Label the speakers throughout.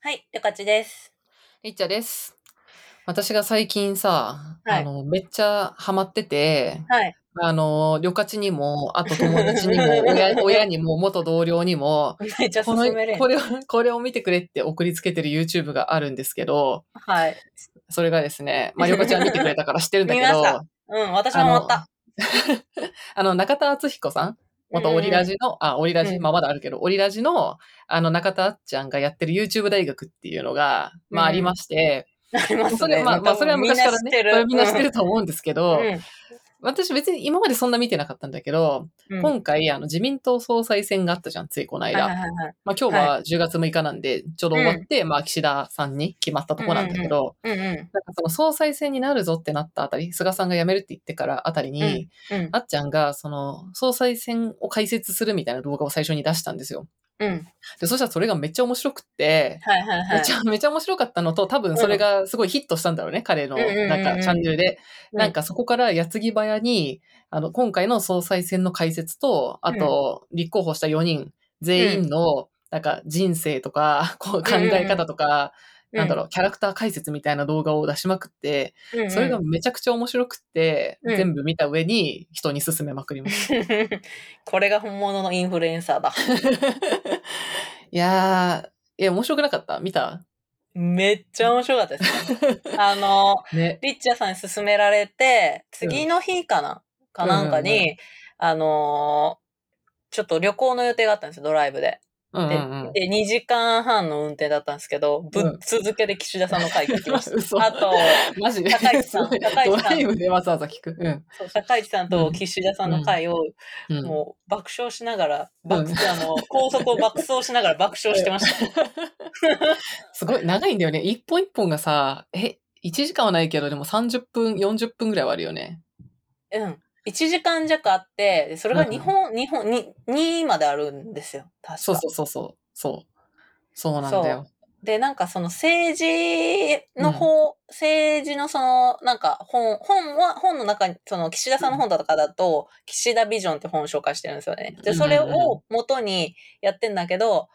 Speaker 1: はい、りょかちです。
Speaker 2: りっちゃです。私が最近さ、
Speaker 1: は
Speaker 2: あ
Speaker 1: い。
Speaker 2: の、めっちゃハマってて、
Speaker 1: はい。
Speaker 2: あの、りょかちにも、あと友 達にも、親、親にも、元同僚にも、
Speaker 1: めっちゃ
Speaker 2: この、
Speaker 1: 進めるやん。
Speaker 2: これを、これを見てくれって送りつけてる YouTube があるんですけど、
Speaker 1: はい。
Speaker 2: それがですね、まあ、りょかちは見てくれたから知ってるん だ
Speaker 1: 見
Speaker 2: け
Speaker 1: まし
Speaker 2: ど、
Speaker 1: た。うん、私
Speaker 2: あ
Speaker 1: も思っ
Speaker 2: の、
Speaker 1: た。
Speaker 2: あの、中田敦彦さん
Speaker 1: うん
Speaker 2: 元オリラジの、あ、オリラ
Speaker 1: うんう
Speaker 2: ジ、
Speaker 1: ん。
Speaker 2: まあ、まだあるけど、オリラジの、あの、中田あっちゃんがやってる YouTube 大学っていうのが、
Speaker 1: う
Speaker 2: まあ、あり
Speaker 1: ん。
Speaker 2: まして、
Speaker 1: ありま
Speaker 2: もう
Speaker 1: す
Speaker 2: それ、
Speaker 1: ね。
Speaker 2: ま
Speaker 1: な
Speaker 2: あ、
Speaker 1: んか
Speaker 2: まあ、そ
Speaker 1: も
Speaker 2: れ
Speaker 1: う
Speaker 2: は
Speaker 1: みん
Speaker 2: 昔
Speaker 1: な
Speaker 2: から
Speaker 1: 知っ
Speaker 2: ね、
Speaker 1: て
Speaker 2: それは
Speaker 1: る。
Speaker 2: みん
Speaker 1: う
Speaker 2: な知って
Speaker 1: ん。
Speaker 2: ると思うんですけど、
Speaker 1: うん。
Speaker 2: 私別に今までそんな見てなかったんだけど、
Speaker 1: うん。
Speaker 2: 今回、あの、自民党総裁選があったじゃん、ついこの
Speaker 1: はいは
Speaker 2: 間。
Speaker 1: いはい
Speaker 2: まあ、今日
Speaker 1: はい。はい。
Speaker 2: は10月6日なんで、ちょうど
Speaker 1: う
Speaker 2: 終わっ
Speaker 1: ん。
Speaker 2: て、まあ、岸田さんに決まった
Speaker 1: う
Speaker 2: と
Speaker 1: ん
Speaker 2: こなんだけど、
Speaker 1: うんうん。うん
Speaker 2: なんかその総裁選になるぞってなったあたり、菅さんが辞めるって言ってからあたり
Speaker 1: うん。
Speaker 2: に、
Speaker 1: うん。
Speaker 2: あっちゃんがその総裁選を解説するみたいな動画を最初に出したんですよ。
Speaker 1: うん。
Speaker 2: で、そしたらそれがめっちゃ面白くって、
Speaker 1: はいはい
Speaker 2: め
Speaker 1: は
Speaker 2: ち
Speaker 1: い。
Speaker 2: ゃ めちゃ面白かったのと、多分
Speaker 1: う
Speaker 2: それ
Speaker 1: ん。
Speaker 2: がすごいヒットしたんだろうね、彼
Speaker 1: うん
Speaker 2: のなんかチャン
Speaker 1: う
Speaker 2: ネルで。
Speaker 1: んうんうん。う
Speaker 2: なん
Speaker 1: ん。
Speaker 2: かそこから矢継ぎ早に、あの、今回の総裁選の解説と、あ
Speaker 1: うん。
Speaker 2: と、立候補した4人
Speaker 1: う
Speaker 2: 全員
Speaker 1: ん。
Speaker 2: の、なんか人生とか、 こう
Speaker 1: う
Speaker 2: 考
Speaker 1: んう
Speaker 2: え
Speaker 1: ん
Speaker 2: 方とか、
Speaker 1: う
Speaker 2: なんだ
Speaker 1: ん。
Speaker 2: ろう、キャラクター解説みたいな動画を出しまくって、
Speaker 1: うん
Speaker 2: それ
Speaker 1: う
Speaker 2: が
Speaker 1: ん。
Speaker 2: めちゃくちゃ面白くって、
Speaker 1: うん。
Speaker 2: 全部見た上に人に勧めまくりました。
Speaker 1: これが本物のインフルエンサーだ。
Speaker 2: いやー、え、面白くなかった見た
Speaker 1: めっちゃ面白かったですね。 あの、
Speaker 2: ね。
Speaker 1: リッチャーさんに勧められて、
Speaker 2: うん。
Speaker 1: 次の日かなか
Speaker 2: う
Speaker 1: なんか
Speaker 2: んうんうん。
Speaker 1: に、あのちょっと旅行の予定があったんですよ、ドライブで。
Speaker 2: うんう
Speaker 1: で、
Speaker 2: んうん。
Speaker 1: で2時間半の運転だったんですけど、ぶっ
Speaker 2: うん。
Speaker 1: 続けで岸田さんの回聞き ました。
Speaker 2: 嘘。
Speaker 1: あと、
Speaker 2: マジで
Speaker 1: 高市
Speaker 2: す
Speaker 1: さ
Speaker 2: ご
Speaker 1: ん、
Speaker 2: い。
Speaker 1: 高
Speaker 2: ド
Speaker 1: 市
Speaker 2: ラ
Speaker 1: さ
Speaker 2: イ
Speaker 1: ん、
Speaker 2: ブでわざわざ聞く。うん。
Speaker 1: そう高市さん
Speaker 2: う
Speaker 1: と
Speaker 2: ん。
Speaker 1: 岸田さん
Speaker 2: う
Speaker 1: の
Speaker 2: ん。
Speaker 1: 回を、
Speaker 2: うん。
Speaker 1: もう爆笑しながら、
Speaker 2: う
Speaker 1: 爆、
Speaker 2: ん。
Speaker 1: あの、高速を爆走しながら 爆笑してました。
Speaker 2: すごい長いんだよね。一本一本がさ、え、1時間はないけど、でも30分、40分ぐらいはあるよね。
Speaker 1: うん。1時間弱あって、でそれ
Speaker 2: う
Speaker 1: が2
Speaker 2: ん。
Speaker 1: 本、二本、に2まであるんですよ。確
Speaker 2: そう
Speaker 1: か。
Speaker 2: そうそうそう。そう。そうなんだ
Speaker 1: そ
Speaker 2: よ。
Speaker 1: う。で、なんかその政治
Speaker 2: う
Speaker 1: の
Speaker 2: ん。
Speaker 1: 方、政治のその、なんか本、本は、本の中に、その岸田さんの本だとかだと、岸田ビジョンって本を紹介してるんですよね。で、
Speaker 2: うん
Speaker 1: そうれ
Speaker 2: んうん。
Speaker 1: を元にやってんだけど、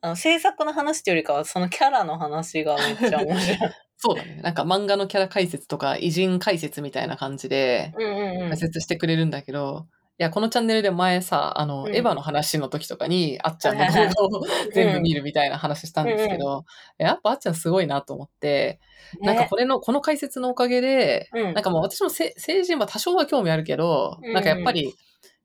Speaker 1: あの制作の話っていうよりかは、そのキャラの話がめっちゃ面白 い。
Speaker 2: そうだね。なんか漫画のキャラ解説とか偉人解説みたいな感じで
Speaker 1: うんうん
Speaker 2: 解
Speaker 1: う
Speaker 2: 説してくれるんだけど、いや、このチャンネルで前さ、あの、
Speaker 1: ん。う
Speaker 2: エヴ
Speaker 1: ん。
Speaker 2: ァの話の時とかに、あっち
Speaker 1: は
Speaker 2: ゃ
Speaker 1: い
Speaker 2: んの
Speaker 1: はい
Speaker 2: 動
Speaker 1: は
Speaker 2: 画を全部
Speaker 1: い。
Speaker 2: 見るみたいな話したん
Speaker 1: うん。
Speaker 2: で
Speaker 1: う
Speaker 2: す
Speaker 1: ん
Speaker 2: け
Speaker 1: う
Speaker 2: ど、やっぱあっちゃんすごいなと思って、
Speaker 1: ん。
Speaker 2: なんか
Speaker 1: ね。
Speaker 2: これの、この解説のおかげで、
Speaker 1: うん。
Speaker 2: なんかもう私もせ政治には多少は興味あるけど、
Speaker 1: う
Speaker 2: なんかやっぱ
Speaker 1: ん。
Speaker 2: り、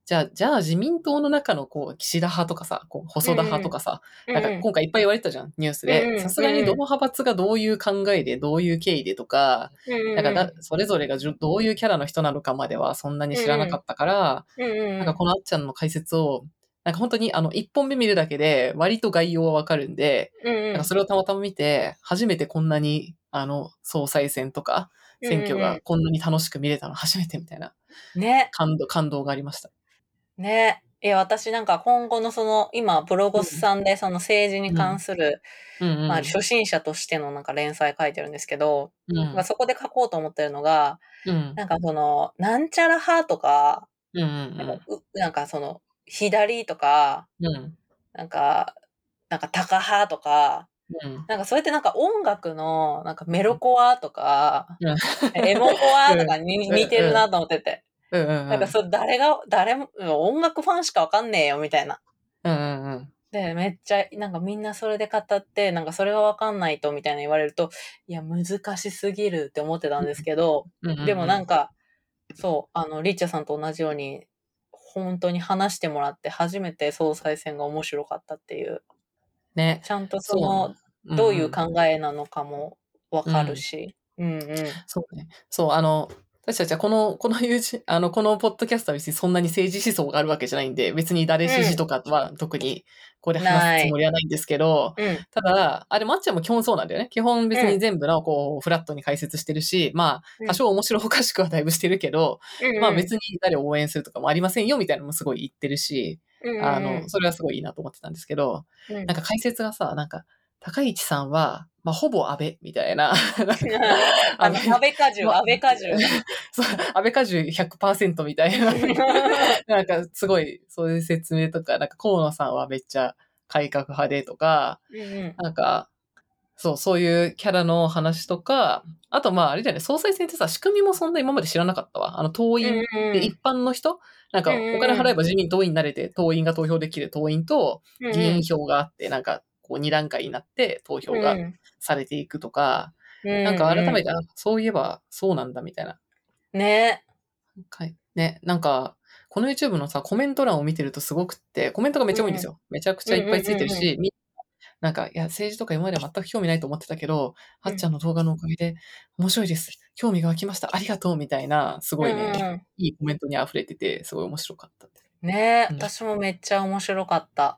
Speaker 2: じゃあ、じゃあ自民党の中のこう、岸田派とかさ、こう、
Speaker 1: う
Speaker 2: 細
Speaker 1: ん
Speaker 2: 田
Speaker 1: う
Speaker 2: 派と
Speaker 1: ん。
Speaker 2: かさ、
Speaker 1: う
Speaker 2: なんか
Speaker 1: ん
Speaker 2: 今回いっぱい言われてたじゃん、ニュース
Speaker 1: う
Speaker 2: で。
Speaker 1: ん
Speaker 2: さす
Speaker 1: う
Speaker 2: がに
Speaker 1: ん。う
Speaker 2: どの
Speaker 1: ん。
Speaker 2: 派閥がどういう考えで、どういう経緯でとか、
Speaker 1: うん
Speaker 2: なん
Speaker 1: う
Speaker 2: かだ
Speaker 1: ん。
Speaker 2: それぞれがじゅどういうキャラの人なのかまではそんなに
Speaker 1: うん
Speaker 2: 知らな
Speaker 1: う
Speaker 2: か
Speaker 1: ん。
Speaker 2: ったから、
Speaker 1: うんうん
Speaker 2: なん
Speaker 1: う
Speaker 2: か
Speaker 1: ん。
Speaker 2: このあっちゃんの解説を、なんか本当にあの、一本目見るだけで割と概要はわかるんで、
Speaker 1: うんう
Speaker 2: なんか
Speaker 1: ん。
Speaker 2: それをたまたま見て、初めてこんなに、あの、総裁選とか、
Speaker 1: うん
Speaker 2: 選
Speaker 1: う
Speaker 2: 挙
Speaker 1: ん
Speaker 2: が
Speaker 1: う
Speaker 2: こんなに楽しく見れたの初めてみたいな、
Speaker 1: ん。ね。
Speaker 2: 感動、感動がありました。
Speaker 1: ね。いや、私なんか今後のその、今、ブロ
Speaker 2: う
Speaker 1: グ
Speaker 2: ん。
Speaker 1: さんでその政治に
Speaker 2: うん。
Speaker 1: 関する、
Speaker 2: うんう
Speaker 1: まあ、
Speaker 2: ん。
Speaker 1: 初心者としてのなんか連載書いてるんですけど、
Speaker 2: う
Speaker 1: まあ、
Speaker 2: ん。
Speaker 1: そこで書こうと思ってるのが、
Speaker 2: うん。
Speaker 1: なんかその、なんちゃら派とか、
Speaker 2: うんう
Speaker 1: なんか、
Speaker 2: ん
Speaker 1: うなんかその、左とか、
Speaker 2: うん。うん。
Speaker 1: なんか、なんか高派とか、
Speaker 2: うん。
Speaker 1: なんかそれってなんか音楽の、なんかメロコアとか、
Speaker 2: うん。
Speaker 1: エモコア
Speaker 2: う
Speaker 1: と
Speaker 2: ん。
Speaker 1: かに
Speaker 2: うん。
Speaker 1: 似てる
Speaker 2: うん。
Speaker 1: なと思ってて。
Speaker 2: うん。うん。
Speaker 1: なん
Speaker 2: う
Speaker 1: か
Speaker 2: ん。
Speaker 1: そう、誰が、誰も、音楽ファンしかわかんねえよ、みたいな。
Speaker 2: うんうん
Speaker 1: で、めっちゃ、なんかみんなそれで語って、なんかそれがわかんないと、みたいな言われると、いや、難しすぎるって思ってたんですけど、
Speaker 2: うん。うん。
Speaker 1: でも
Speaker 2: う
Speaker 1: なん
Speaker 2: ん。
Speaker 1: か、そう、あの、リッチャさんと同じように、本当に話してもらって、初めて総裁選が面白かったっていう、
Speaker 2: ね。
Speaker 1: ちゃんとそ
Speaker 2: そうなん
Speaker 1: の、
Speaker 2: だ。うん。
Speaker 1: どういううん考えなのかもわ
Speaker 2: う
Speaker 1: かる
Speaker 2: ん。
Speaker 1: し、うんう
Speaker 2: そうね。そう、あの、私たちはこの、この YouTube、あの、このポッドキャストは別にそんなに政治思想があるわけじゃないんで、別に誰
Speaker 1: ん、
Speaker 2: 支持
Speaker 1: う
Speaker 2: とかは特にここで
Speaker 1: ん、
Speaker 2: 話す
Speaker 1: な
Speaker 2: つ
Speaker 1: い、
Speaker 2: もりはないんですけど、
Speaker 1: うん、
Speaker 2: ただ、あれ、マッチャんも基本そうなんだよね。基本
Speaker 1: う
Speaker 2: 別に
Speaker 1: ん、
Speaker 2: 全部のこう、フラットに解説してるし、まあ、
Speaker 1: う
Speaker 2: 多
Speaker 1: ん、
Speaker 2: 少面白おかしくはだいぶしてるけど、
Speaker 1: うん、
Speaker 2: まあ
Speaker 1: うん、
Speaker 2: 別に誰を応援するとかもありませんよ、みたいなのもすごい言ってるし、
Speaker 1: うん、
Speaker 2: あ
Speaker 1: う
Speaker 2: の、
Speaker 1: ん、
Speaker 2: それはすごいいいなと思ってたんですけど、
Speaker 1: うん、
Speaker 2: なんか解説がさ、なんか、高市さんは、まあ、ほぼ安倍み たいな、なんか、
Speaker 1: あ
Speaker 2: 安
Speaker 1: の、安倍
Speaker 2: 倍、
Speaker 1: 果汁、
Speaker 2: ま、
Speaker 1: 安倍果汁。
Speaker 2: そう、安倍果汁100%みたいな、 なんかすごい、そういう説明とか、なんか河野さんはめっちゃ改革派でとか、
Speaker 1: うんうん。
Speaker 2: なんか、そう、そういうキャラの話とか、あとまああれだよね、総裁選ってさ、仕組みもそんな今まで知らなかったわ。あの、党員で一般の人、なんかお
Speaker 1: うんうん
Speaker 2: 金払えば自民党員になれて、党員が投票できる党員と、
Speaker 1: うんうん
Speaker 2: 議員票があって、なんかこう2段階になって投票がされていくとか、なんか改め
Speaker 1: て。
Speaker 2: て、あそういえばそうなんだみたいな。
Speaker 1: ね。
Speaker 2: かいね、なんか、この YouTube のさ、コメント欄を見てるとすごくって、コメントがめっちゃ多いんですよ。めちゃくちゃいっぱいついてる
Speaker 1: うんうん
Speaker 2: し、みなんか、いや、政治とか今までは全く興味ないと思ってたけ
Speaker 1: う
Speaker 2: ど、
Speaker 1: ん
Speaker 2: はっちゃんの動画のおかげで、面白いです。興味が湧きました。ありがとう。みたいな、すごいね、
Speaker 1: うんうん
Speaker 2: いいコメントに溢れてて、すごい面白かった。
Speaker 1: ねえ、
Speaker 2: うん
Speaker 1: 私もめっちゃ面白かった。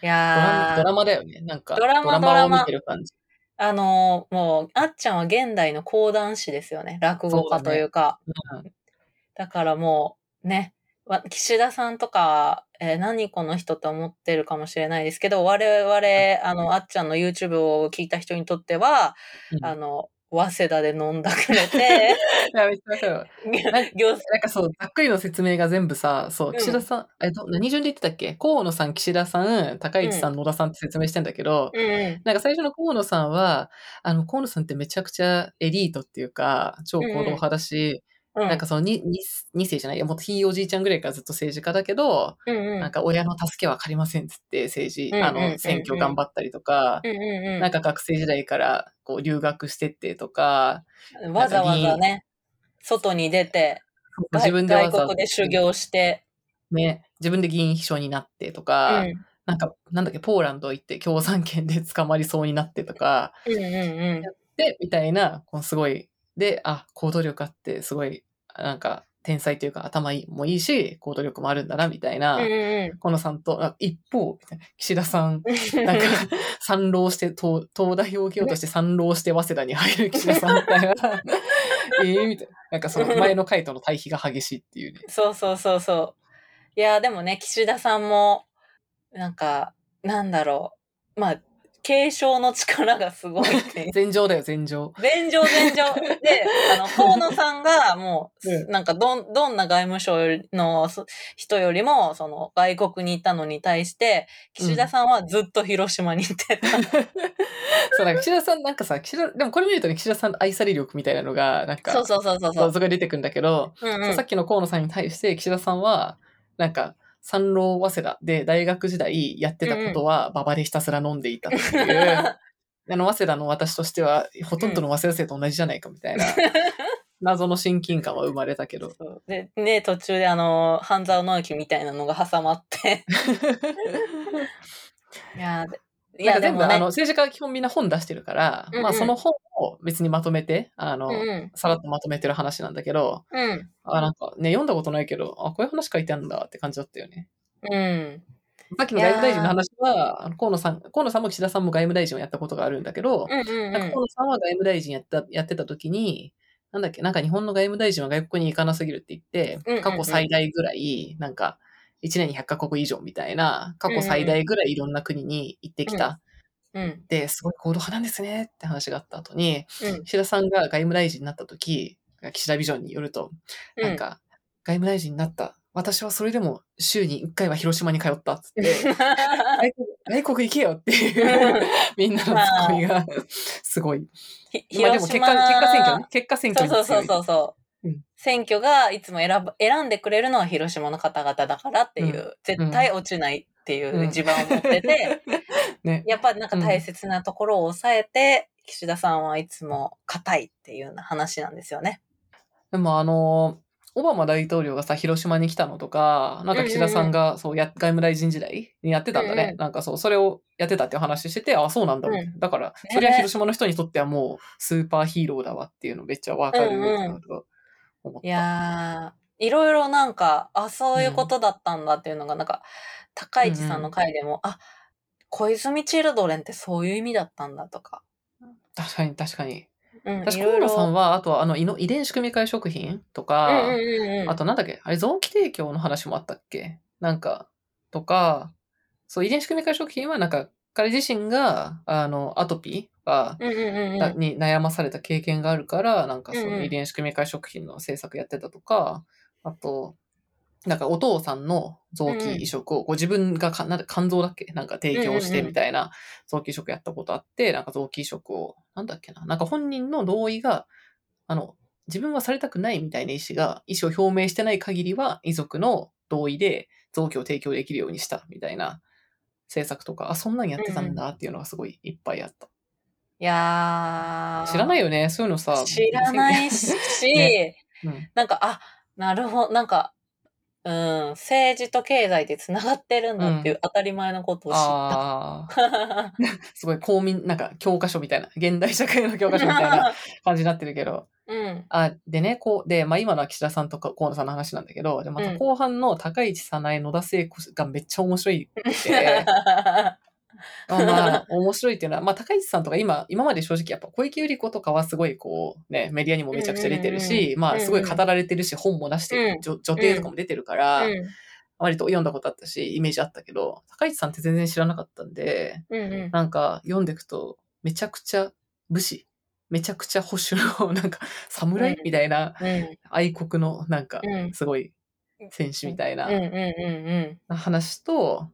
Speaker 1: い
Speaker 2: ドラ
Speaker 1: や
Speaker 2: ド
Speaker 1: ー
Speaker 2: ラマだよね。なんか、
Speaker 1: ドラマ
Speaker 2: ドラ
Speaker 1: ドラマ
Speaker 2: を見てる 感じ。
Speaker 1: あのーもう、あっちゃんは現代の講談師ですよね。落語家というか。
Speaker 2: う
Speaker 1: だからもう、ね、わ岸田さんとか、えー何この人と思ってるかもしれないですけど、我々、あの、あっちゃんの YouTube を聞いた人にとっては、
Speaker 2: うん
Speaker 1: あの、早稲田で飲んだくれ て、
Speaker 2: いやめっちゃわかるわ なんか
Speaker 1: 行
Speaker 2: なんかそう、ざっくりの説明が全部さ、そう、
Speaker 1: ん
Speaker 2: 岸田さん、えっと、何順で言ってたっけ河野さん、岸田さん、高市さん、野田さんって説明してんだけど、
Speaker 1: うんうん
Speaker 2: なんか最初の河野さんは、あの、河野さんってめちゃくちゃエリートっていうか、超行動派だし、
Speaker 1: うん。
Speaker 2: なんかそのにに2世じゃない、いやもっとひいおじいちゃんぐらいからずっと政治家だけど、
Speaker 1: うんうん、
Speaker 2: なんか親の助けは借りませんっつって政治、
Speaker 1: うん
Speaker 2: あ
Speaker 1: うんうんう
Speaker 2: の、
Speaker 1: ん
Speaker 2: 選挙頑張ったりとか、
Speaker 1: うんうんうん
Speaker 2: なんか学生時代からこう留学してってとか、
Speaker 1: わざわざね、外に出て、外
Speaker 2: 自分でわざわざ
Speaker 1: 外国で修行して、
Speaker 2: ね、自分で議員秘書になってと
Speaker 1: うん、
Speaker 2: か、
Speaker 1: うん
Speaker 2: なんか、なんだっけ、ポーランド行って共産圏で捕まりそうになってとか、
Speaker 1: うん
Speaker 2: で、みたいな、こうすごい、で、あ、行動力あって、すごい、なんか、天才というか、頭いいもいいし、行動力もあるんだな、みたいな、
Speaker 1: うん。うんうん
Speaker 2: このさんと、あ一方、みたいな岸田さん、
Speaker 1: うん
Speaker 2: なんか、参浪して、東東大を受けようとして参浪して、早稲田に入る岸田さんみたい な、ええみたいな、なんかその前の回との対比が激しいっていうね。
Speaker 1: そうそうそうそう。いや、でもね、岸田さんも、なんか、なんだろう。まあ、継承の力がすごいって いう
Speaker 2: 前情だよ、前情。
Speaker 1: 全上全上。で、あの、河野さんがもう、
Speaker 2: うん
Speaker 1: なんかどん、どんな外務省よりのそ人よりも、その、外国にいたのに対して、岸田さんはずっと広島にいてた。
Speaker 2: そう、なんか岸田さん、なんかさ、岸田、でもこれ見るとね、岸田さんの愛され力みたいなのが、なんか、
Speaker 1: そうそうそうそうそ
Speaker 2: そう
Speaker 1: う。
Speaker 2: すごい出てくるんだけど、
Speaker 1: うん
Speaker 2: そううさっきの河野さんに対して岸田さんは、なんか、三郎早稲田で大学時代やってたことは、馬場でひたすら飲んでいたっていう、 あの、早稲田の私としては、ほとんどの早稲田生と同じじゃないかみたいな、謎の親近感は生まれたけど。
Speaker 1: そうで、ね、途中であの、半沢直樹みたいなのが挟ま って。いやー、い
Speaker 2: な
Speaker 1: や、
Speaker 2: んか
Speaker 1: で
Speaker 2: 全部、
Speaker 1: も
Speaker 2: あ
Speaker 1: ね
Speaker 2: の、、政治家は基本みんな本出してるから、
Speaker 1: うんうん
Speaker 2: まあその本を別にまとめて、あの、
Speaker 1: うん
Speaker 2: さらっとまとめてる話なんだけど、
Speaker 1: うん。
Speaker 2: あ、なんかね、読んだことないけど、あ、こういう話書いてあるんだって感じだったよね。
Speaker 1: うん。
Speaker 2: さっきの外務大臣の話は、あの河野さん、河野さんも岸田さんも外務大臣をやったことがあるんだけど、
Speaker 1: うんうん
Speaker 2: なんか河野さんは外務大臣やったやってた時に、なんだっけ、なんか日本の外務大臣は外国に行かなすぎるって言っ
Speaker 1: うんうんう
Speaker 2: て、
Speaker 1: ん
Speaker 2: 過去最大ぐらい、なんか、1年に100カ国以上みたいな、過去最大ぐらいいろんな国に行ってきた。
Speaker 1: うん。うん。
Speaker 2: で、すごい行動派なんですねって話があった後に、
Speaker 1: うん
Speaker 2: 岸田さんが外務大臣になった時、岸田ビジョンによると、
Speaker 1: う
Speaker 2: なんか、外務大臣になった。私はそれでも週に1回は広島に通ったっつ って、外国外国行けよっていう、みんなのツッコミがすごい。
Speaker 1: ひ
Speaker 2: まあでも
Speaker 1: 広
Speaker 2: 結
Speaker 1: 島
Speaker 2: 果、結果選挙ね。
Speaker 1: そう
Speaker 2: 結果選挙に強
Speaker 1: そ
Speaker 2: いう
Speaker 1: そうそうそう。
Speaker 2: うん
Speaker 1: 選挙がいつも選ば選んでくれるのは広島の方々だからっていう、絶対落ちないって
Speaker 2: う
Speaker 1: い
Speaker 2: ん
Speaker 1: う地盤を持ってて、
Speaker 2: ね。
Speaker 1: やっぱなんか大切なところを抑えて、岸田さんはいつも硬いっていうような話なんですよね。
Speaker 2: でもあの、オバマ大統領がさ、広島に来たのとか、なんか岸田さんが、そう、や、外務大臣時代にやってたんだ
Speaker 1: うん
Speaker 2: ね
Speaker 1: う。ん
Speaker 2: なんかそう、それをやってたっていう話してて、あ、そうなんだ。
Speaker 1: うん
Speaker 2: だから、それは広島の人にとってはもう、スーパーヒーローだわっていうのめっちゃわかるなと思った。
Speaker 1: いやー、いろいろなんか、あ、そういうことだったんだっていうのが、なんか、高市さんの回でも、あ、小泉チルドレンってそういう意味だったんだとか。
Speaker 2: 確かに確かに。
Speaker 1: うん、
Speaker 2: 私、
Speaker 1: い
Speaker 2: 河
Speaker 1: ろい
Speaker 2: 野
Speaker 1: ろ
Speaker 2: さんは、あとは、あの、いの遺伝子組み換え食品とか、
Speaker 1: うんうんうん、
Speaker 2: あと、なんだっけあれ、臓器提供の話もあったっけなんか、とか、そう、遺伝子組み換え食品は、なんか、彼自身が、あの、アトピーが、
Speaker 1: うんうんうん
Speaker 2: だ
Speaker 1: う
Speaker 2: に悩まされた経験があるから、なんかそ
Speaker 1: うんう
Speaker 2: の
Speaker 1: ん
Speaker 2: 遺伝子組み換え食品の制作やってたとか、あと、なんかお父さんの臓器移植を、ご自分がかなんだ肝臓だっけなんか提供し
Speaker 1: うんうん
Speaker 2: て
Speaker 1: うん
Speaker 2: みたいな臓器移植やったことあって、なんか臓器移植を、なんだっけな、なんか本人の同意が、あの、自分はされたくないみたいな意思が、意思を表明してない限りは、遺族の同意で臓器を提供できるようにしたみたいな政策とか、あ、そんなんやってたんだっていうのがすごいいっぱいあった。
Speaker 1: いやー
Speaker 2: 知らないよね、そういうのさ。
Speaker 1: 知らない し、
Speaker 2: うん
Speaker 1: なんか、あ、なるほど、なんか、うん、政治と経済でつながってるんだっていう当たり前のことを知った。
Speaker 2: ああ、 すごい公民、なんか教科書みたいな、現代社会の教科書みた いな感じになってるけど。
Speaker 1: うん。
Speaker 2: あ、でね、こう、で、まあ今のは岸田さんとか河野さんの話なんだけど、で、ま
Speaker 1: う
Speaker 2: た
Speaker 1: ん
Speaker 2: 後半の高市早苗野田聖子がめっちゃ面白い って、まあまあ面白いっていうのは、まあ高市さんとか今、今まで正直やっぱ小池百合子とかはすごいこう、ね、メディアにもめちゃくちゃ出てる
Speaker 1: うんうん
Speaker 2: し、
Speaker 1: うん
Speaker 2: まあすごい語られてるし、本も出して
Speaker 1: う
Speaker 2: る
Speaker 1: ん、
Speaker 2: じょ女帝とかも出てるから、
Speaker 1: うん
Speaker 2: 割と読んだことあったし、イメージあったけど、高市さんって全然知らなかったんで、
Speaker 1: うんうん
Speaker 2: なんか読んでいくと、めちゃくちゃ武士、めちゃくちゃ保守の、なんか
Speaker 1: うん
Speaker 2: 侍みたいな
Speaker 1: うん
Speaker 2: 愛国の、なんか
Speaker 1: うん
Speaker 2: すごい選手みたい
Speaker 1: うんうんう
Speaker 2: な
Speaker 1: ん
Speaker 2: 話と、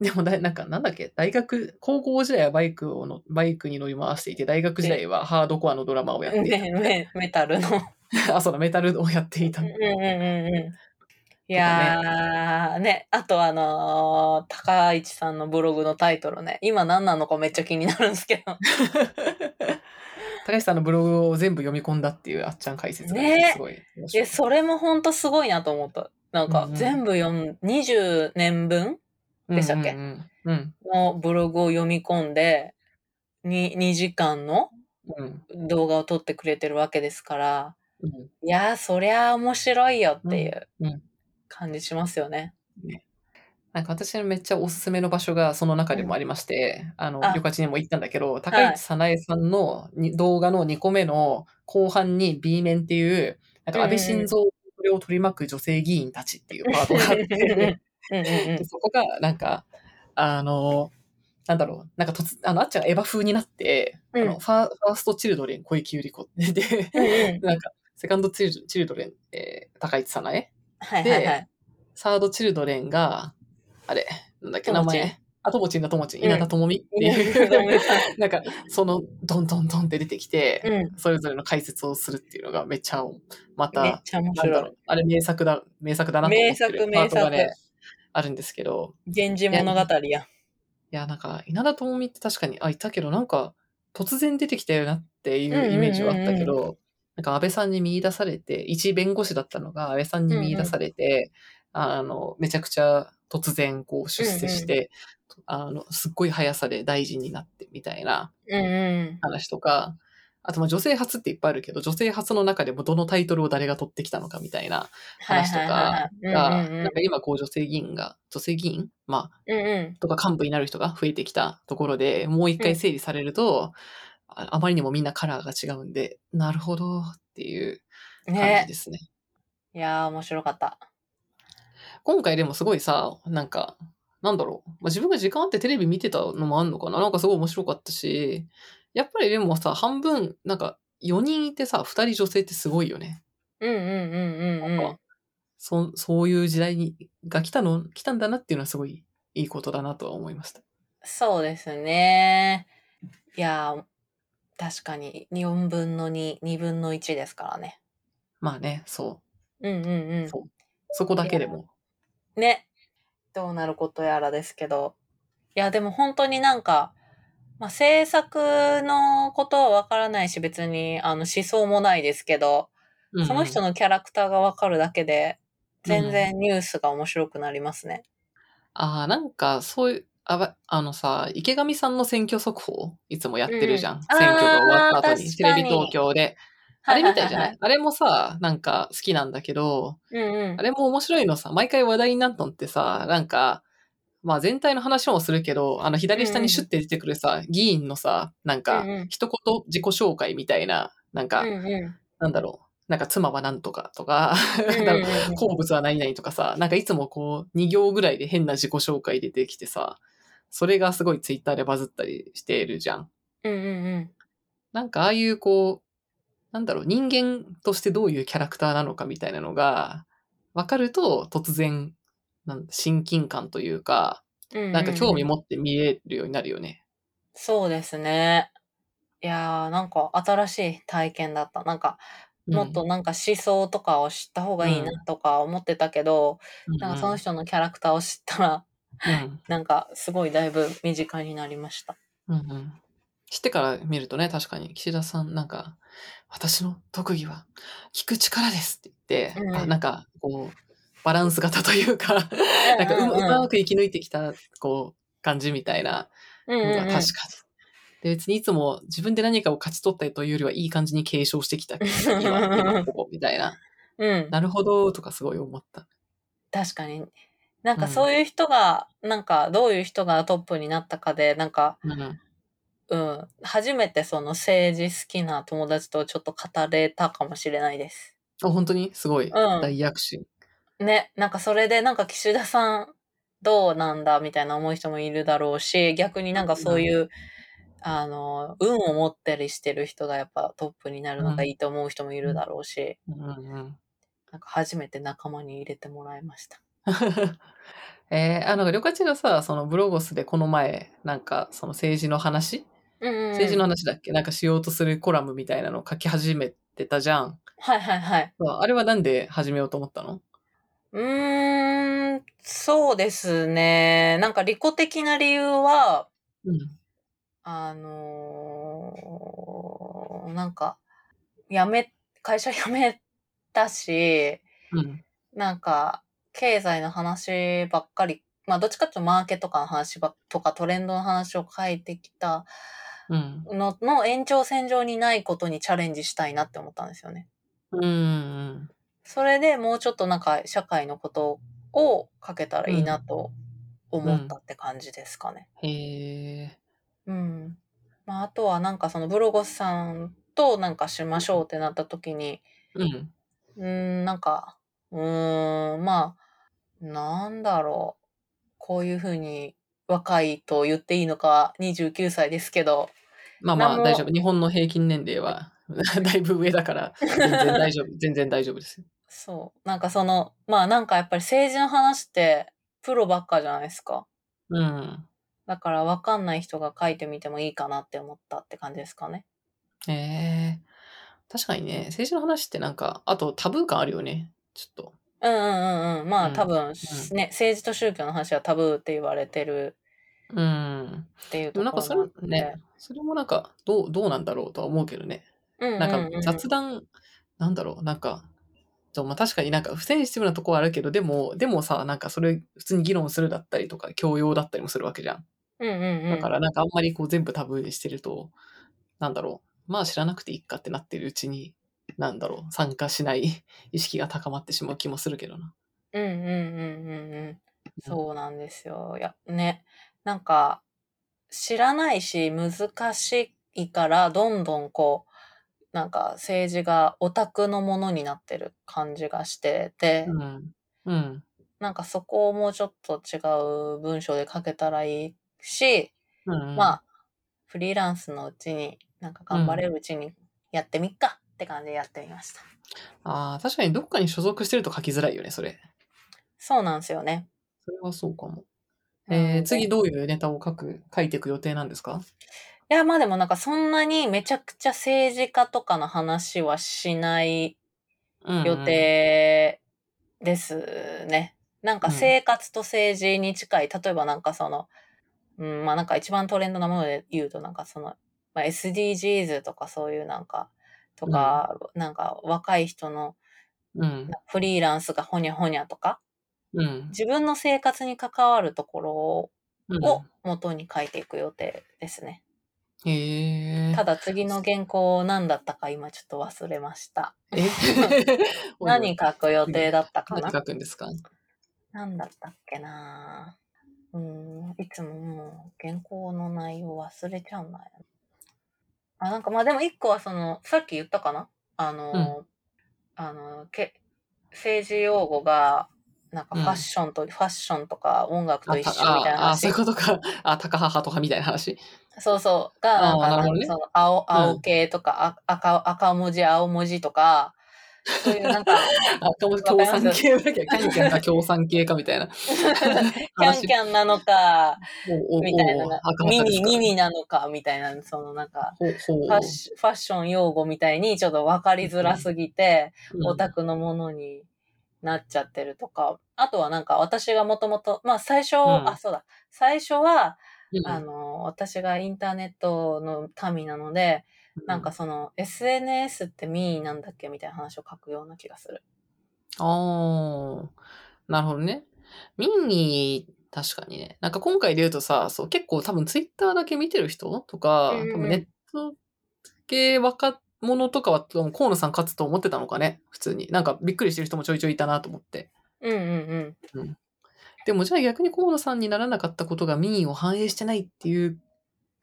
Speaker 2: でもだい、なんか、なんだっけ、大学、高校時代はバイクをの、バイクに乗り回していて、大学時代はハードコアのドラマをや
Speaker 1: う
Speaker 2: っ
Speaker 1: ん。
Speaker 2: てい
Speaker 1: ね、ね、メタルの。
Speaker 2: た。あ、そうだ、メタルをやっていた
Speaker 1: うん。うんうんうん。いやー、ね、あとあのー高市さんのブログのタイトルね、今何なのかめっちゃ気になるんですけど。
Speaker 2: 高橋さんのブログを全部読み込んだっていうあっちゃん解説が
Speaker 1: ね
Speaker 2: すごい面白い
Speaker 1: え、それもほんとすごいなと思った。なんか
Speaker 2: うんうん
Speaker 1: 全部読ん、20年分でしたっけ
Speaker 2: うんうんうん。
Speaker 1: のブログを読み込んで、に2時間の
Speaker 2: うんうん
Speaker 1: 動画を撮ってくれてるわけですから、
Speaker 2: うん
Speaker 1: いやー、そりゃあ面白いよっていう
Speaker 2: うんうん
Speaker 1: 感じしますよね。
Speaker 2: なんか私のめっちゃおすすめの場所がその中でもありまして、あの、
Speaker 1: あ
Speaker 2: 旅館にも行ったんだけど、高市早苗さんのに動画の2個目の後半に B 面っていう、なんか安倍晋三を取り巻く女性議員たちっていうパートがあって、
Speaker 1: うんうんうん
Speaker 2: でそこがなんか、あの、なんだろう、なんか突、あの、あっちゃんがエヴァ風になって、あ
Speaker 1: うん
Speaker 2: のファー、ファーストチルドレン小池百合子で、
Speaker 1: う んうん
Speaker 2: なんか、セカンドチルドチルドレン、えー高市早苗
Speaker 1: はいはいはい。
Speaker 2: サードチルドレンが、あれ、なんだっけ、
Speaker 1: と
Speaker 2: 名
Speaker 1: もちん
Speaker 2: 前。あ、ともちんだ、ともち
Speaker 1: う
Speaker 2: ん。
Speaker 1: ん
Speaker 2: 稲田ともみっていう、
Speaker 1: う
Speaker 2: なんか、その、ドンドンドンって出てきて、
Speaker 1: ん、
Speaker 2: それぞれの解説をするっていうのがめっちゃ、 ま、
Speaker 1: めったちゃ面
Speaker 2: なんだろ
Speaker 1: 白
Speaker 2: う、あれ名作だ、名作だなと思ってる
Speaker 1: 名作
Speaker 2: パートが
Speaker 1: 名
Speaker 2: ね
Speaker 1: 作、
Speaker 2: あるんですけど、
Speaker 1: い。源氏物語や。
Speaker 2: いや、なんか、稲田ともみって確かに、あ、いたけど、なんか、突然出てきたよなってい
Speaker 1: んうんうんう
Speaker 2: うんイメージはあったけど、なんか安倍さんに見出されて、一弁護士だったのが安倍さんに見出されて、あの、めちゃくちゃ突然こう出世して、あの、すっごい速さで大臣になってみたいな
Speaker 1: うんうん。
Speaker 2: 話とか、あとまあ女性初っていっぱいあるけど、女性初の中でもどのタイトルを誰が取ってきたのかみたいな話とかが、
Speaker 1: はいはいはいはいうんうんうん
Speaker 2: なんか今こう女性議員が、女性議員まあ
Speaker 1: うんうん
Speaker 2: とか幹部になる人が増えてきたところでもう一回整理されると、ああまりにもみんなカラーが違うんで、なるほどっていう感じ
Speaker 1: ね
Speaker 2: ですね。
Speaker 1: いやー、面白かった。
Speaker 2: 今回でもすごいさ、なんか、なんだろう。まあ自分が時間あってテレビ見てたのもあんのかななんかすごい面白かったし、やっぱりでもさ、半分、なんか4人いてさ、2人女性ってすごいよね。
Speaker 1: うんうんうんうん
Speaker 2: なん
Speaker 1: うん
Speaker 2: か。そそういう時代にが来たの、来たんだなっていうのはすごいいいことだなとは思いました。
Speaker 1: そうですね。いやー、確かに4分の2、2分の1ですからね。
Speaker 2: まあね、そ
Speaker 1: うんうんう
Speaker 2: そそう。そこだけでも。
Speaker 1: ん。ね。どうなることやらですけど。いや、でも本当になんか、まあ、制作のことはわからないし、別にあの思想もないですけど、その人
Speaker 2: の
Speaker 1: のキャラクターがわかるだけで、全然ニュースが面白くなりますね。
Speaker 2: ああ、なんか、そういう、あば、あのさ、池上さんの選挙速報、いつもやってるじゃん。
Speaker 1: うん
Speaker 2: 選挙が終わった
Speaker 1: あー
Speaker 2: 後に、
Speaker 1: 確
Speaker 2: テ
Speaker 1: かに
Speaker 2: レビ東京で。あれみたいじゃな
Speaker 1: はい
Speaker 2: あれもさ、なんか好きなんだけど、
Speaker 1: いはいはいうんうん。
Speaker 2: あれも面白いのさ、毎回話題になったのってさ、なんか、まあ全体の話もするけど、あの左下にシュッて出てくるさ、議員のさ、なんか
Speaker 1: うんうん、
Speaker 2: 一言自己紹介みたいな、なんか、
Speaker 1: うんうん
Speaker 2: なんだろう、なんか妻はなんとかとか、
Speaker 1: うん
Speaker 2: なん
Speaker 1: う
Speaker 2: だろうん
Speaker 1: うん
Speaker 2: 好物は何々とかさ、なんかいつもこう、2行ぐらいで変な自己紹介出てきてさ、それがすごいツイッターでバズったりしているじゃん。
Speaker 1: うんうんうん。
Speaker 2: なんかああいうこう、なんだろう、人間としてどういうキャラクターなのかみたいなのが、分かると突然なん親近感というか
Speaker 1: うん
Speaker 2: なんか興味
Speaker 1: も。
Speaker 2: 持って見れるようになるよね。
Speaker 1: そうですね。いやー、なんか新しい体験だった。なんか、
Speaker 2: うん
Speaker 1: もっとなんか思想とかを知った方がいいなとか思ってたけど、
Speaker 2: うん
Speaker 1: なんかその人のキャラクターを知ったら、なんかすごいだいぶ身近になりました。
Speaker 2: うんうんうん知ってから見るとね確かに岸田さんなんか「私の特技は聞く力です」って言って、
Speaker 1: うん
Speaker 2: あなんかこうバランス型というか なんかう,、うまく生き抜いてきたこう感じみたいな
Speaker 1: うんうん
Speaker 2: の
Speaker 1: うん
Speaker 2: が確かに。で別にいつも自分で何かを勝ち取ったというよりはいい感じに継承してきた今今ここみたいな
Speaker 1: うん、
Speaker 2: なるほどとかすごい思った。
Speaker 1: 確かに。なんかそういう人が、なんかどういう人がトップになったかで、なんか、
Speaker 2: うん
Speaker 1: うん、初めてその政治好きな友達とちょっと語れたかもしれないです。
Speaker 2: あ本当にすご
Speaker 1: う
Speaker 2: い、
Speaker 1: ん
Speaker 2: 大躍進。
Speaker 1: ね、なんかそれでなんか岸田さんどうなんだみたいな思う人もいるだろうし、逆になんかそういう、あの、運を持ったりしてる人がやっぱトップになるのがいいと思う人もいるだろうし、
Speaker 2: うんうんうん
Speaker 1: なんか初めて仲間に入れてもらいました。
Speaker 2: えー、あの、りょかちがさ、そのブロゴスでこの前、なんか、その政治の話、
Speaker 1: うん、うん。
Speaker 2: 政治の話だっけなんかしようとするコラムみたいなのを書き始めてたじゃん。
Speaker 1: はいはいはい。
Speaker 2: そうあれはなんで始めようと思ったの
Speaker 1: うーん、そうですね。なんか利己的な理由は、
Speaker 2: うん。
Speaker 1: あのーなんか、辞め、会社辞めたし、
Speaker 2: うん。
Speaker 1: なんか、経済の話ばっかり、まあ、どっちかっていうとマーケットとかの話ばとかトレンドの話を書いてきた
Speaker 2: うん。
Speaker 1: のの延長線上にないことにチャレンジしたいなって思ったんですよね。
Speaker 2: うんうん。
Speaker 1: それでもうちょっとなんか社会のことをかけたらいいなと思ったって感じですかね。
Speaker 2: へえ。
Speaker 1: うん。まあ、あとはなんかそのブロゴスさんとなんかしましょうってなった時に、
Speaker 2: うん。
Speaker 1: うーん、なんか、うーん、まあ、なんだろう。こういうふうに若いと言っていいのか、29歳ですけど、
Speaker 2: まあま
Speaker 1: なん
Speaker 2: あ
Speaker 1: も
Speaker 2: 大丈夫。日本の平均年齢は だいぶ上だから、全然大 丈夫。全然大丈夫ですよ。
Speaker 1: そう、なんかその、まあなんかやっぱり政治の話ってプロばっかじゃないですか。
Speaker 2: うん。
Speaker 1: だから分かんない人が書いてみてもいいかなって思ったって感じですかね。
Speaker 2: へえ。確かにね、政治の話ってなんか、あとタブー感あるよね。ちょっと。
Speaker 1: うんうんうんうん。まあ、
Speaker 2: うん
Speaker 1: 多分、ね、政治と宗教の話はタブーって言われてる
Speaker 2: うん。
Speaker 1: っていう
Speaker 2: で
Speaker 1: と
Speaker 2: も
Speaker 1: こ
Speaker 2: なん
Speaker 1: ろ
Speaker 2: かそ
Speaker 1: もあっ
Speaker 2: れ
Speaker 1: て。
Speaker 2: ね、それもなんかどう、どうなんだろうとは思うけどね。
Speaker 1: うんうんうん、
Speaker 2: なんか雑談、なんだろう、なんか、そうまあ確かになんか不センシティブなとこはあるけど、でも、でもさ、なんかそれ普通に議論するだったりとか、教養だったりもするわけじゃん。
Speaker 1: うんうんうん。
Speaker 2: だからなんかあんまりこう全部タブーにしてると、なんだろう、まあ知らなくていいかってなってるうちに、なんだろう、参加しない 意識が高まってしまう気もするけどな。
Speaker 1: うんうんうんうんうん。そうなんですよ。いや、ね。なんか、知らないし難しいから、どんどんこう、なんか政治がオタクのものになってる感じがしてて、
Speaker 2: うん。うん。
Speaker 1: なんかそこをもうちょっと違う文章で書けたらいいし、
Speaker 2: うん、
Speaker 1: まあ、フリーランスのうちに、なんか頑張れるうちにやってみっかって感じでやってみました。
Speaker 2: あー、確かにどっかに所属してると書きづらいよね、それ。
Speaker 1: そうなんですよね。
Speaker 2: それはそうかも。
Speaker 1: なの
Speaker 2: えー
Speaker 1: で
Speaker 2: 次
Speaker 1: い
Speaker 2: どういうネタを書く、書いていく予定なんですか
Speaker 1: や、まあでもなんかそんなにめちゃくちゃ政治家とかの話はしない予。定ですね。なんか生活と政治に近い、例えばなんかその、うん、まあなんか一番トレンドなもので言うとなんかその、まあ、SDGs とかそういうなんか、とか、なんか若い人の
Speaker 2: うん。
Speaker 1: フリーランスがほにゃほにゃとか、
Speaker 2: うん。
Speaker 1: 自分の生活に関わるところを
Speaker 2: うん
Speaker 1: を元に書いていく予定ですね。
Speaker 2: へえー。
Speaker 1: ただ次の原稿何だったか今ちょっと忘れました。
Speaker 2: えおいおい
Speaker 1: 何書く予定だったか
Speaker 2: 何
Speaker 1: な
Speaker 2: 書くんですか
Speaker 1: 何だったっけなうーん、いつももう原稿の内容忘れちゃうんだよ。あ、なんかまあでも一個はその、さっき言ったかなあの、あの、け、政治用語が、なんかファッションと、ファッションとか音楽と
Speaker 2: あ
Speaker 1: 一
Speaker 2: た
Speaker 1: 緒みたいな
Speaker 2: ああ、そう
Speaker 1: 話
Speaker 2: いう。ことか。あ、高母とかみたいな話。
Speaker 1: そうそう。が、
Speaker 2: あー
Speaker 1: なん
Speaker 2: なる
Speaker 1: か、
Speaker 2: ほどね
Speaker 1: その青、青系とか、あ赤、赤文字、青文字とか、そういうなん か、
Speaker 2: 赤文字共産系だけど、キャンキャンか共産系かみたいな。
Speaker 1: キャンキャンなのか、
Speaker 2: おうおうおう
Speaker 1: みたいな、
Speaker 2: 赤
Speaker 1: ミ
Speaker 2: 旗です
Speaker 1: ニ、
Speaker 2: か
Speaker 1: ミニなのか、みたいな、そのなんか、
Speaker 2: ほうほう
Speaker 1: ファッシファッション用語みたいにちょっと分かりづらすぎて、
Speaker 2: うん
Speaker 1: オタクのものになっちゃってるとか、あとはなんか私がもともと、まあ最初、
Speaker 2: ん
Speaker 1: あ、そうだ、最初は、
Speaker 2: うん
Speaker 1: あの、私がインターネットの民なので、なんか、その SNS ってミーなんだっけみたいな話を書くような気がする。
Speaker 2: ああ、なるほどね。ミニー、確かにね。なんか今回で言うとさ、そう、結構多分ツイッターだけ見てる人とか、
Speaker 1: うんうん
Speaker 2: 多分ネット系若者とかは、多分河野さん勝つと思ってたのかね、普通に。なんかびっくりしてる人もちょいちょいいたなと思って。
Speaker 1: うんうんうん。
Speaker 2: でもじゃあ逆に河野さんにならなかったことがミニーを反映してないっていう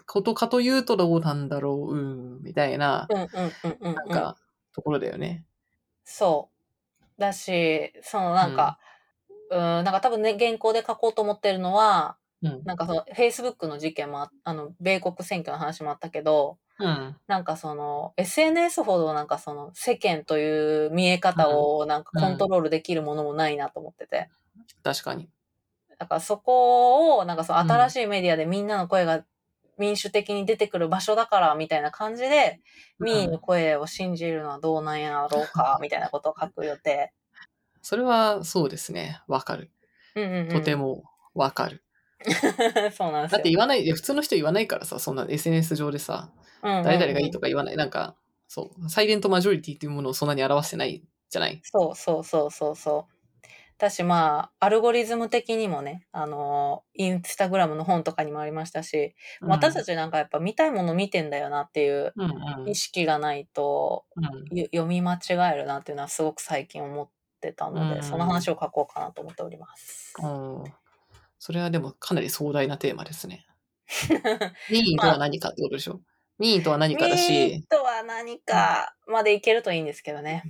Speaker 2: ことかというとどうなんだろう、うん、みたいな、
Speaker 1: うんうんうんうん、うん。
Speaker 2: なんか、ところだよね。
Speaker 1: そう。だし、そのなんか、うーん、なんか多分ね、原稿で書こうと思ってるのは、
Speaker 2: うん。
Speaker 1: なんかその、Facebook の事件もあ、あの、米国選挙の話もあったけど、
Speaker 2: うん。
Speaker 1: なんかその、SNS ほどなんかその、世間という見え方をなんかコントロールできるものもないなと思ってて。
Speaker 2: 確かに。
Speaker 1: だからそこを、なんかその、
Speaker 2: うん
Speaker 1: 新しいメディアでみんなの声が民主的に出てくる場所だから、みたいな感じで、
Speaker 2: うん
Speaker 1: 民意の声を信じるのはどうなんやろうか、みたいなことを書く予定。
Speaker 2: それはそうですね。わかる。
Speaker 1: うんうん、うん。
Speaker 2: とてもわかる。
Speaker 1: そうなんですよ。
Speaker 2: だって言わない、いや普通の人言わないからさ、そんな SNS 上でさ、
Speaker 1: うんうんうん
Speaker 2: 誰々がいいとか言わない。なんか、そう、サイレントマジョリティっていうものをそんなに表してないじゃない。
Speaker 1: そうそうそうそうそう。だしまあ、アルゴリズム的にもね、あの、インスタグラムの本とかにもありましたし、私た
Speaker 2: ち、
Speaker 1: ちなんかやっぱ見たいもの見てんだよなっていう
Speaker 2: うんうん
Speaker 1: 意識がないと、よ読み間違えるなっていうのはすごく最近思ってたので、
Speaker 2: うん
Speaker 1: その話を書こうかなと思っております。
Speaker 2: うんうんそれはでもかなり壮大なテーマですね。ミーとは何かってことでしょ。ミーとは何かだ
Speaker 1: ミ
Speaker 2: し
Speaker 1: ー、トは何かまでいけるといいんですけどね。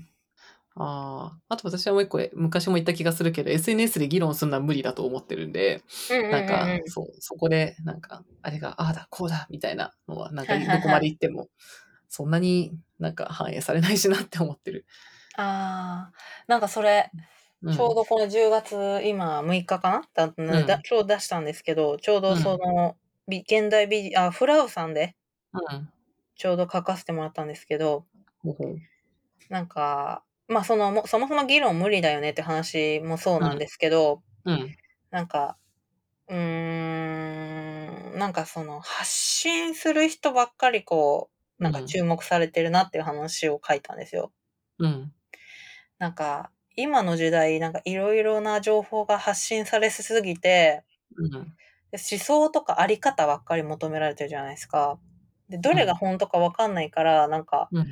Speaker 2: あーあと私はもう一個昔も言った気がするけど、SNS で議論するのは無理だと思ってるんで、なんか、
Speaker 1: うんうんうん
Speaker 2: そう、そこで、なんか、あれが、ああだ、こうだ、みたいなのは、なんか、
Speaker 1: はいはいはい
Speaker 2: どこまで行っても、そんなになんか反映されないしなって思ってる。
Speaker 1: ああ、なんかそれ、
Speaker 2: うん
Speaker 1: ちょうどこの10月、今6日かなだ、
Speaker 2: ん
Speaker 1: だ今日出したんですけど、ちょうどその、び現代美人、あ、フラウさんで
Speaker 2: うん。
Speaker 1: ちょうど書かせてもらったんですけど、
Speaker 2: ほうほう
Speaker 1: なんか、まあその、もそもそも議論無理だよねって話もそうなんですけど、
Speaker 2: うん。
Speaker 1: なんか、うーん、なんかその、発信する人ばっかりこう、なんか注目されてるなっていう話を書いたんですよ。
Speaker 2: うん。
Speaker 1: なんか、今の時代、なんかいろいろな情報が発信されすぎて、
Speaker 2: うん。
Speaker 1: で思想とかあり方ばっかり求められてるじゃないですか。で、どれが本当かわかんないから、なんか、
Speaker 2: うん。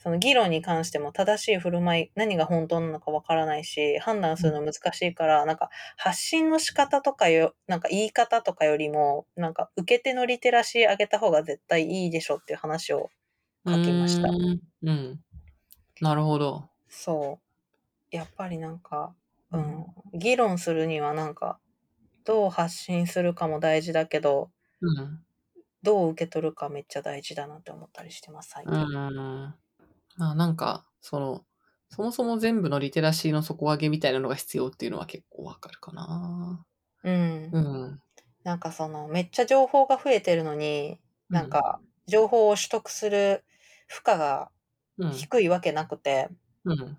Speaker 1: その議論に関しても正しい振る舞い、何が本当なのかわからないし、判断するの難しいから、なんか、発信の仕方とかよ、なんか言い方とかよりも、なんか、受け手のリテラシー上げた方が絶対いいでしょっていう話を書きました
Speaker 2: う。ーん。うん。なるほど。
Speaker 1: そう。やっぱりなんか、うん、議論するにはなんか、どう発信するかも大事だけど、
Speaker 2: うん。
Speaker 1: どう受け取るかめっちゃ大事だなって思ったりしてます、最
Speaker 2: う
Speaker 1: 近。
Speaker 2: ん。まあ、なんか、その、そもそも全部のリテラシーの底上げみたいなのが必要っていうのは結構わかるかな。
Speaker 1: うん。
Speaker 2: うん。
Speaker 1: なんかその、めっちゃ情報が増えてるのに、なん、か、情報を取得する負荷が
Speaker 2: うん。
Speaker 1: 低いわけなくて、
Speaker 2: うん。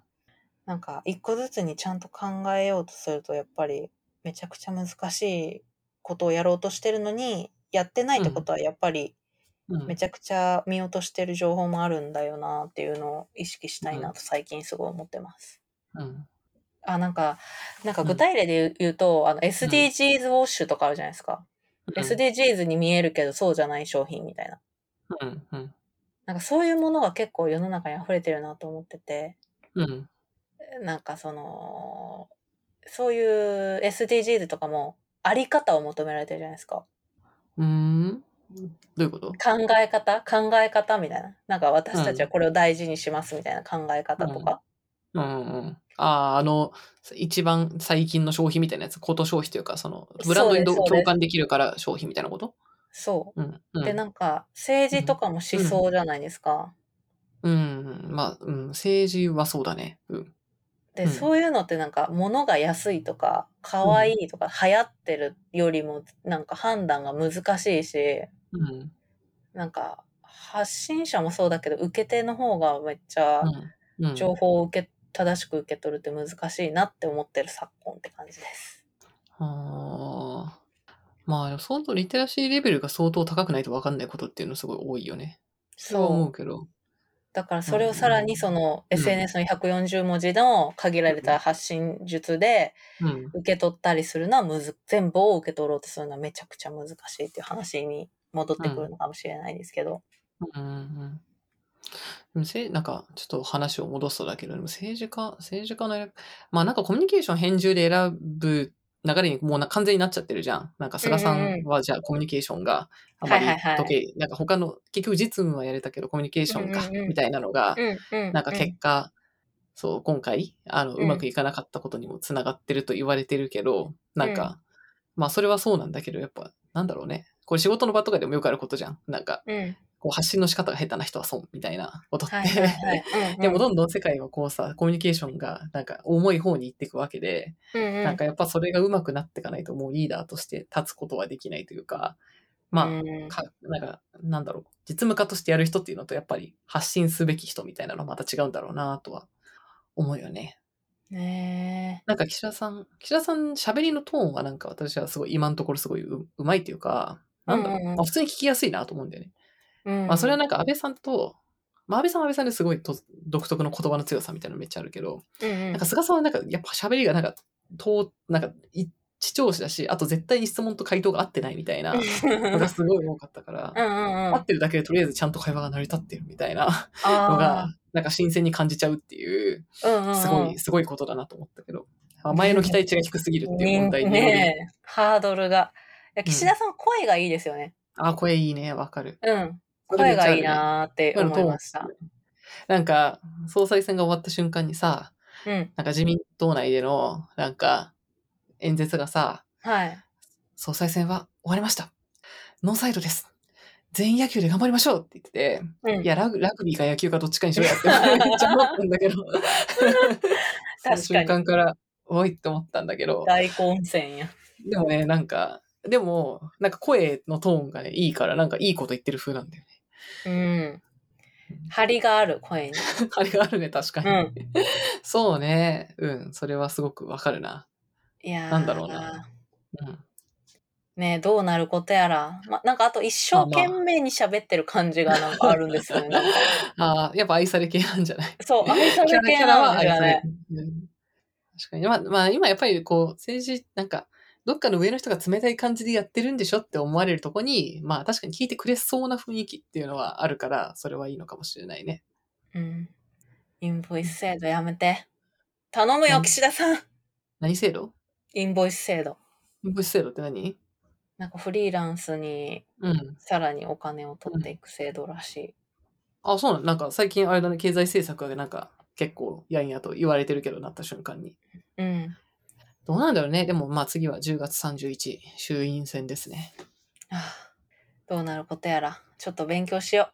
Speaker 1: なんか、一個ずつにちゃんと考えようとすると、やっぱり、めちゃくちゃ難しいことをやろうとしてるのに、やってないってことは、やっぱり、
Speaker 2: うん。
Speaker 1: めちゃくちゃ見落としてる情報もあるんだよなっていうのを意識したいなと、最近すごい思ってます。
Speaker 2: うん。
Speaker 1: あ、なんか、なんか
Speaker 2: うん
Speaker 1: 具体例で言う,、と、あの、SDGs ウォッシュとかあるじゃないですか。SDGs に見えるけどそうじゃない商品みたいな。
Speaker 2: うん。うん。
Speaker 1: なんかそういうものが結構世の中に溢れてるなと思ってて、
Speaker 2: うん。
Speaker 1: なんかその、そういう SDGs とかも、あり方を求められてるじゃないですか。
Speaker 2: うーん。どういうこと
Speaker 1: 考え方考え方みたいな。なんか私たちはこれを大事にしますみたいな考え方とか。
Speaker 2: うんうん。ああ、あの、一番最近の消費みたいなやつ、高騰消費というか、その、ブランドにど
Speaker 1: そうですそうです
Speaker 2: 共感できるから消費みたいなこと
Speaker 1: そ
Speaker 2: うん。
Speaker 1: う。
Speaker 2: うん
Speaker 1: で、なんか、政治とかも思想じゃないですか。
Speaker 2: うん、まあ、うん、政治はそうだね。うん。
Speaker 1: で、
Speaker 2: うん
Speaker 1: そういうのってなんか物が安いとか可愛いとか流行ってるよりもなんか判断が難しいし
Speaker 2: うん。
Speaker 1: なんか発信者もそうだけど受け手の方がめっちゃ
Speaker 2: うん。うん、
Speaker 1: 情報を受け正しく受け取るって難しいなって思ってる昨今って感じです。
Speaker 2: あーまあ、でも相当リテラシーレベルが相当高くないと分かんないことっていうのすごい多いよね。そうは思うけど。
Speaker 1: だからそれをさらにその
Speaker 2: うん
Speaker 1: SNS の140文字の限られた発信術で
Speaker 2: うん。
Speaker 1: 受け取ったりするのはむず全部を受け取ろうとするのはめちゃくちゃ難しいっていう話に戻ってくるのかもしれないですけど。
Speaker 2: うんうん。でもせなんか、ちょっと話を戻すとだけど、でも政治家、政治家の選、まあなんかコミュニケーション編集で選ぶ流れにもうな完全になっちゃってるじゃん。なんか菅さ
Speaker 1: うんうん
Speaker 2: んはじゃあコミュニケーションがあまり
Speaker 1: はいはいはい
Speaker 2: 時計、なんか他の、結局実務はやれたけどコミュニケーションか
Speaker 1: うんうんうん
Speaker 2: みたいなのが、
Speaker 1: うんう
Speaker 2: なんか結果、そう、今回、あの、
Speaker 1: うん
Speaker 2: うまくいかなかったことにもつながってると言われてるけど、なん
Speaker 1: う
Speaker 2: か、まあそれはそうなんだけど、やっぱ、なんだろうね。これ仕事の場とかでもよくあることじゃん。なんか、
Speaker 1: うん。
Speaker 2: こう発信の仕方が下手な人は損みたいなことって。
Speaker 1: はいはいはい。 うんうん
Speaker 2: でもどんどん世界はこうさ、コミュニケーションがなんか重い方に行っていくわけで、
Speaker 1: うんうん
Speaker 2: なんかやっぱそれが上手くなっていかないともうリーダーとして立つことはできないというか、まあ、
Speaker 1: うん
Speaker 2: かなんか、なんだろう、実務家としてやる人っていうのと、やっぱり発信すべき人みたいなのはまた違うんだろうなとは思うよね。
Speaker 1: ね
Speaker 2: なんか岸田さん、岸田さん喋りのトーンはなんか私はすごい今のところすごいううまいっていうか、なんだろう、
Speaker 1: うんうんうん
Speaker 2: まあ普通に聞きやすいなと思うんだよね。
Speaker 1: え。うん
Speaker 2: まあそれはなんか安倍さんと、まあ安倍さんは安倍さんですごいと独特の言葉の強さみたいなのめっちゃあるけど、
Speaker 1: うんうん
Speaker 2: なんか菅さんはなんかやっぱ喋りがなんか、となんかい視聴者だし、あと絶対に質問と回答が合ってないみたいなのがすごい多かったか ら、
Speaker 1: うんうんうん
Speaker 2: 合ってるだけでとりあえずちゃんと会話が成り立ってるみたいなの
Speaker 1: あ
Speaker 2: が、なんか新鮮に感じちゃうっていう、
Speaker 1: ーうんうんうん
Speaker 2: すごい、すごいことだなと思ったけど、まあ前の期待値が低すぎるっていう問題により、
Speaker 1: ねえハードルが。いや岸田さん声がいいですよね。
Speaker 2: あ、声いいね、わかる。
Speaker 1: うん。声がいいなーって
Speaker 2: 声の
Speaker 1: 思
Speaker 2: トーン
Speaker 1: いました。
Speaker 2: なんか、総裁選が終わった瞬間にさ、
Speaker 1: うん。
Speaker 2: なんか自民党内での、なんか、演説がさ、
Speaker 1: はい。
Speaker 2: 総裁選は終わりました。ノーサイドです。全員野球で頑張りましょうって言って
Speaker 1: う
Speaker 2: て、
Speaker 1: ん
Speaker 2: いや、ラグラグビーか野球かどっちかにしろやって、 めっちゃ思ったんだけど。その瞬
Speaker 1: 確かに。
Speaker 2: 間から、おいって思ったんだけど、
Speaker 1: 大混戦や。
Speaker 2: でもね、なんか、でも、なんか声のトーンがね、いいから、なんかいいこと言ってる風なんだよ
Speaker 1: う
Speaker 2: ね。
Speaker 1: ん。張りがある声に。
Speaker 2: あれがあるね、確か
Speaker 1: う
Speaker 2: に。
Speaker 1: ん。
Speaker 2: そうね。うん、それはすごくわかるな。
Speaker 1: いやー
Speaker 2: なんだろうな。うん。
Speaker 1: ねえどうなることやら。ま、なんかあと一生懸命に喋ってる感じがなんかあるんですよね。 なんか
Speaker 2: ああ、やっぱ愛され系なんじゃない
Speaker 1: そう、愛され
Speaker 2: キャラ
Speaker 1: 系
Speaker 2: キャラ
Speaker 1: な
Speaker 2: は
Speaker 1: んです
Speaker 2: 愛
Speaker 1: よ
Speaker 2: され
Speaker 1: ね
Speaker 2: 系。。うん確かに。まあ、まあ、今やっぱりこう、政治、なんか、どっかの上の人が冷たい感じでやってるんでしょって思われるとこに、まあ確かに聞いてくれそうな雰囲気っていうのはあるから、それはいいのかもしれないね。
Speaker 1: うん。インボイス制度やめて。頼むよ、
Speaker 2: うん
Speaker 1: 岸田さん。
Speaker 2: 何制度
Speaker 1: インボイス制度。
Speaker 2: 物制度って何
Speaker 1: なんかフリーランスに
Speaker 2: うん。
Speaker 1: さらにお金を取っていく制度らしい。
Speaker 2: あ、そうなのなんか最近あれだね、経済政策がなんか結構やんやと言われてるけどなった瞬間に。
Speaker 1: うん。
Speaker 2: どうなんだろうね。でもまあ次は10月31衆院選ですね。
Speaker 1: はあどうなることやら。ちょっと勉強しよ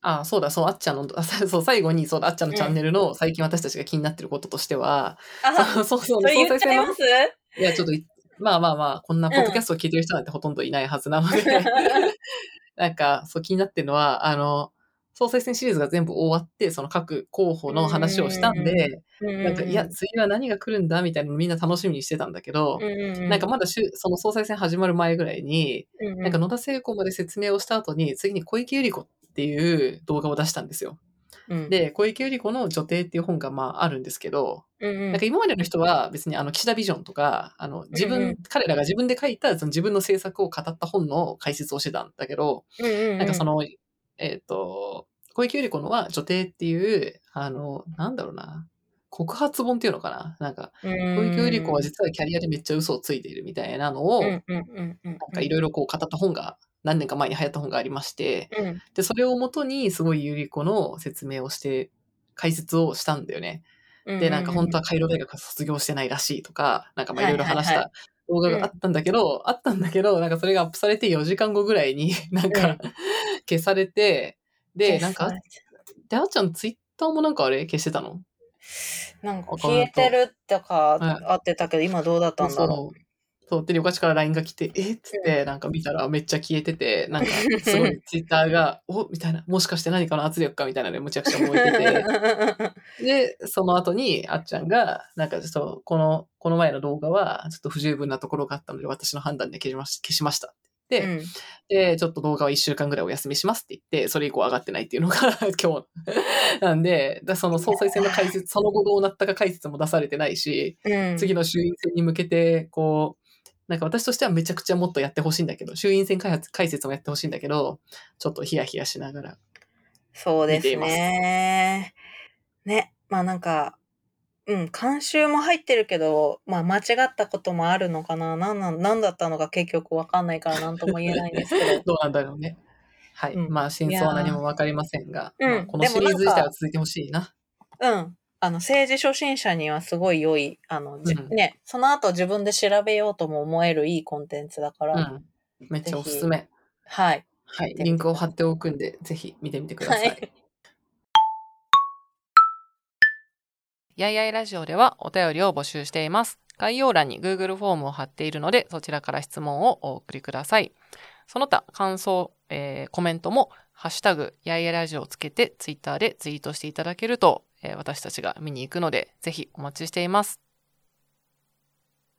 Speaker 2: あそうだ、そう、あっちゃんの、あさそう、最後に、そうだ、あっちゃんのチャンネルの最近私たちが気になってることとしては、
Speaker 1: う。あ、
Speaker 2: そうそうそう、
Speaker 1: それ言っ
Speaker 2: 総裁
Speaker 1: ちゃい
Speaker 2: 選
Speaker 1: ま
Speaker 2: の
Speaker 1: す
Speaker 2: いや、ちょっとい、まあまあまあ、こんなポッドキャストを聞いてる人なんてほとんどいないはずなので、なんか、そう気になってるのは、あの、総裁選シリーズが全部終わって、その各候補の話をしたん
Speaker 1: うんうん
Speaker 2: で、なんか、いや、、次は何が来るんだみたいなのみんな楽しみにしてたんだけど、
Speaker 1: な
Speaker 2: なんか、まだしゅその総裁選始まる前ぐらいに、
Speaker 1: うんうん
Speaker 2: なんか野田聖子まで説明をした後に、次に小池百合子っていう動画を出したんですよ。
Speaker 1: うん、
Speaker 2: で、小池百合子の女帝っていう本がまああるんですけど、
Speaker 1: うんうん、
Speaker 2: なんか今までの人は別にあの岸田ビジョンとか、あの自分、
Speaker 1: うんうん
Speaker 2: 彼らが自分で書いたその自分の政策を語った本の解説をしてたんだけど、
Speaker 1: な
Speaker 2: なんかそ、の、えっ、と、小池百合子のは女帝っていう、あの、なんだろうな、告発本っていうのかななんか、
Speaker 1: 小
Speaker 2: 小池百合子は実はキャリアでめっちゃ嘘をついているみたいなのを、
Speaker 1: うんうんうんうん、
Speaker 2: なんかいろいろこう語った本が、何年か前に流行った本がありまして、
Speaker 1: うんうん
Speaker 2: で、それをもとにすごい百合子の説明をして、解説をしたんだよね。
Speaker 1: うん
Speaker 2: で、なんか本当はカイロ大学は卒業してないらしいとか、なんかまあいろいろ話し
Speaker 1: はいは
Speaker 2: た動画があったんだけど、あったんだけど、なんかそれがアップされて4時間後ぐらいに なんか、
Speaker 1: うん
Speaker 2: 消されて、で、なんか、で、あおちゃんツイッターもなんかあれ消してたの
Speaker 1: なんか消えてるとかあってたけど、今どうだったんだろ
Speaker 2: う。そう、で、旅館から LINE が来て、えっつって、なんか見たらめっちゃ消えてて、なんかす ごいツイッターが、おみたいな、もしかして何かの圧力かみたいなのでむちゃくちゃ
Speaker 1: う。
Speaker 2: 燃えてて、で、その後にあっちゃんが、なんかちょっと、この、この前の動画はちょっと不十分なところがあったので、私の判断で消しまし消しました。で、
Speaker 1: うん
Speaker 2: で、ちょっと動画は一週間ぐらいお休みしますって言って、それ以降上がってないっていうのが 今日なんで、だその総裁選の解説、その後どうなったか解説も出されてないし、
Speaker 1: うん、
Speaker 2: 次の衆院選に向けて、こう、なんか私としてはめちゃくちゃもっとやってほしいんだけど、衆院選開発解説もやってほしいんだけど、ちょっとヒヤヒヤしながら。
Speaker 1: そうで
Speaker 2: 見て
Speaker 1: す
Speaker 2: います
Speaker 1: ね。ね、まあなんか、うん、監修も入ってるけど、まあ間違ったこともあるのかな、なんなんなんだったのか結局わかんないからなんとも言えないんですけ
Speaker 2: 、
Speaker 1: ど
Speaker 2: どうなんだろうね。はい。
Speaker 1: うん
Speaker 2: まあ、真相は何もわかりませんが、
Speaker 1: いやーうん
Speaker 2: まあこのシリーズ自体は続いてほしいな。
Speaker 1: うん、あの政治初心者にはすごい良い、あの、じ
Speaker 2: うん
Speaker 1: ね、その後自分で調べようとも思えるいいコンテンツだから、
Speaker 2: うん。めっちゃおすすめ。
Speaker 1: はい。
Speaker 2: はい。リンクを貼っておくんで、ぜひ見てみてください。
Speaker 1: はい
Speaker 2: やいやいラジオではお便りを募集しています。概要欄に Google フォームを貼っているので、そちらから質問をお送りください。その他、感想、えーコメントも、ハッシュタグ、やいやいラジオをつけて、Twitter でツイートしていただけると、えー私たちが見に行くので、ぜひお待ちしています。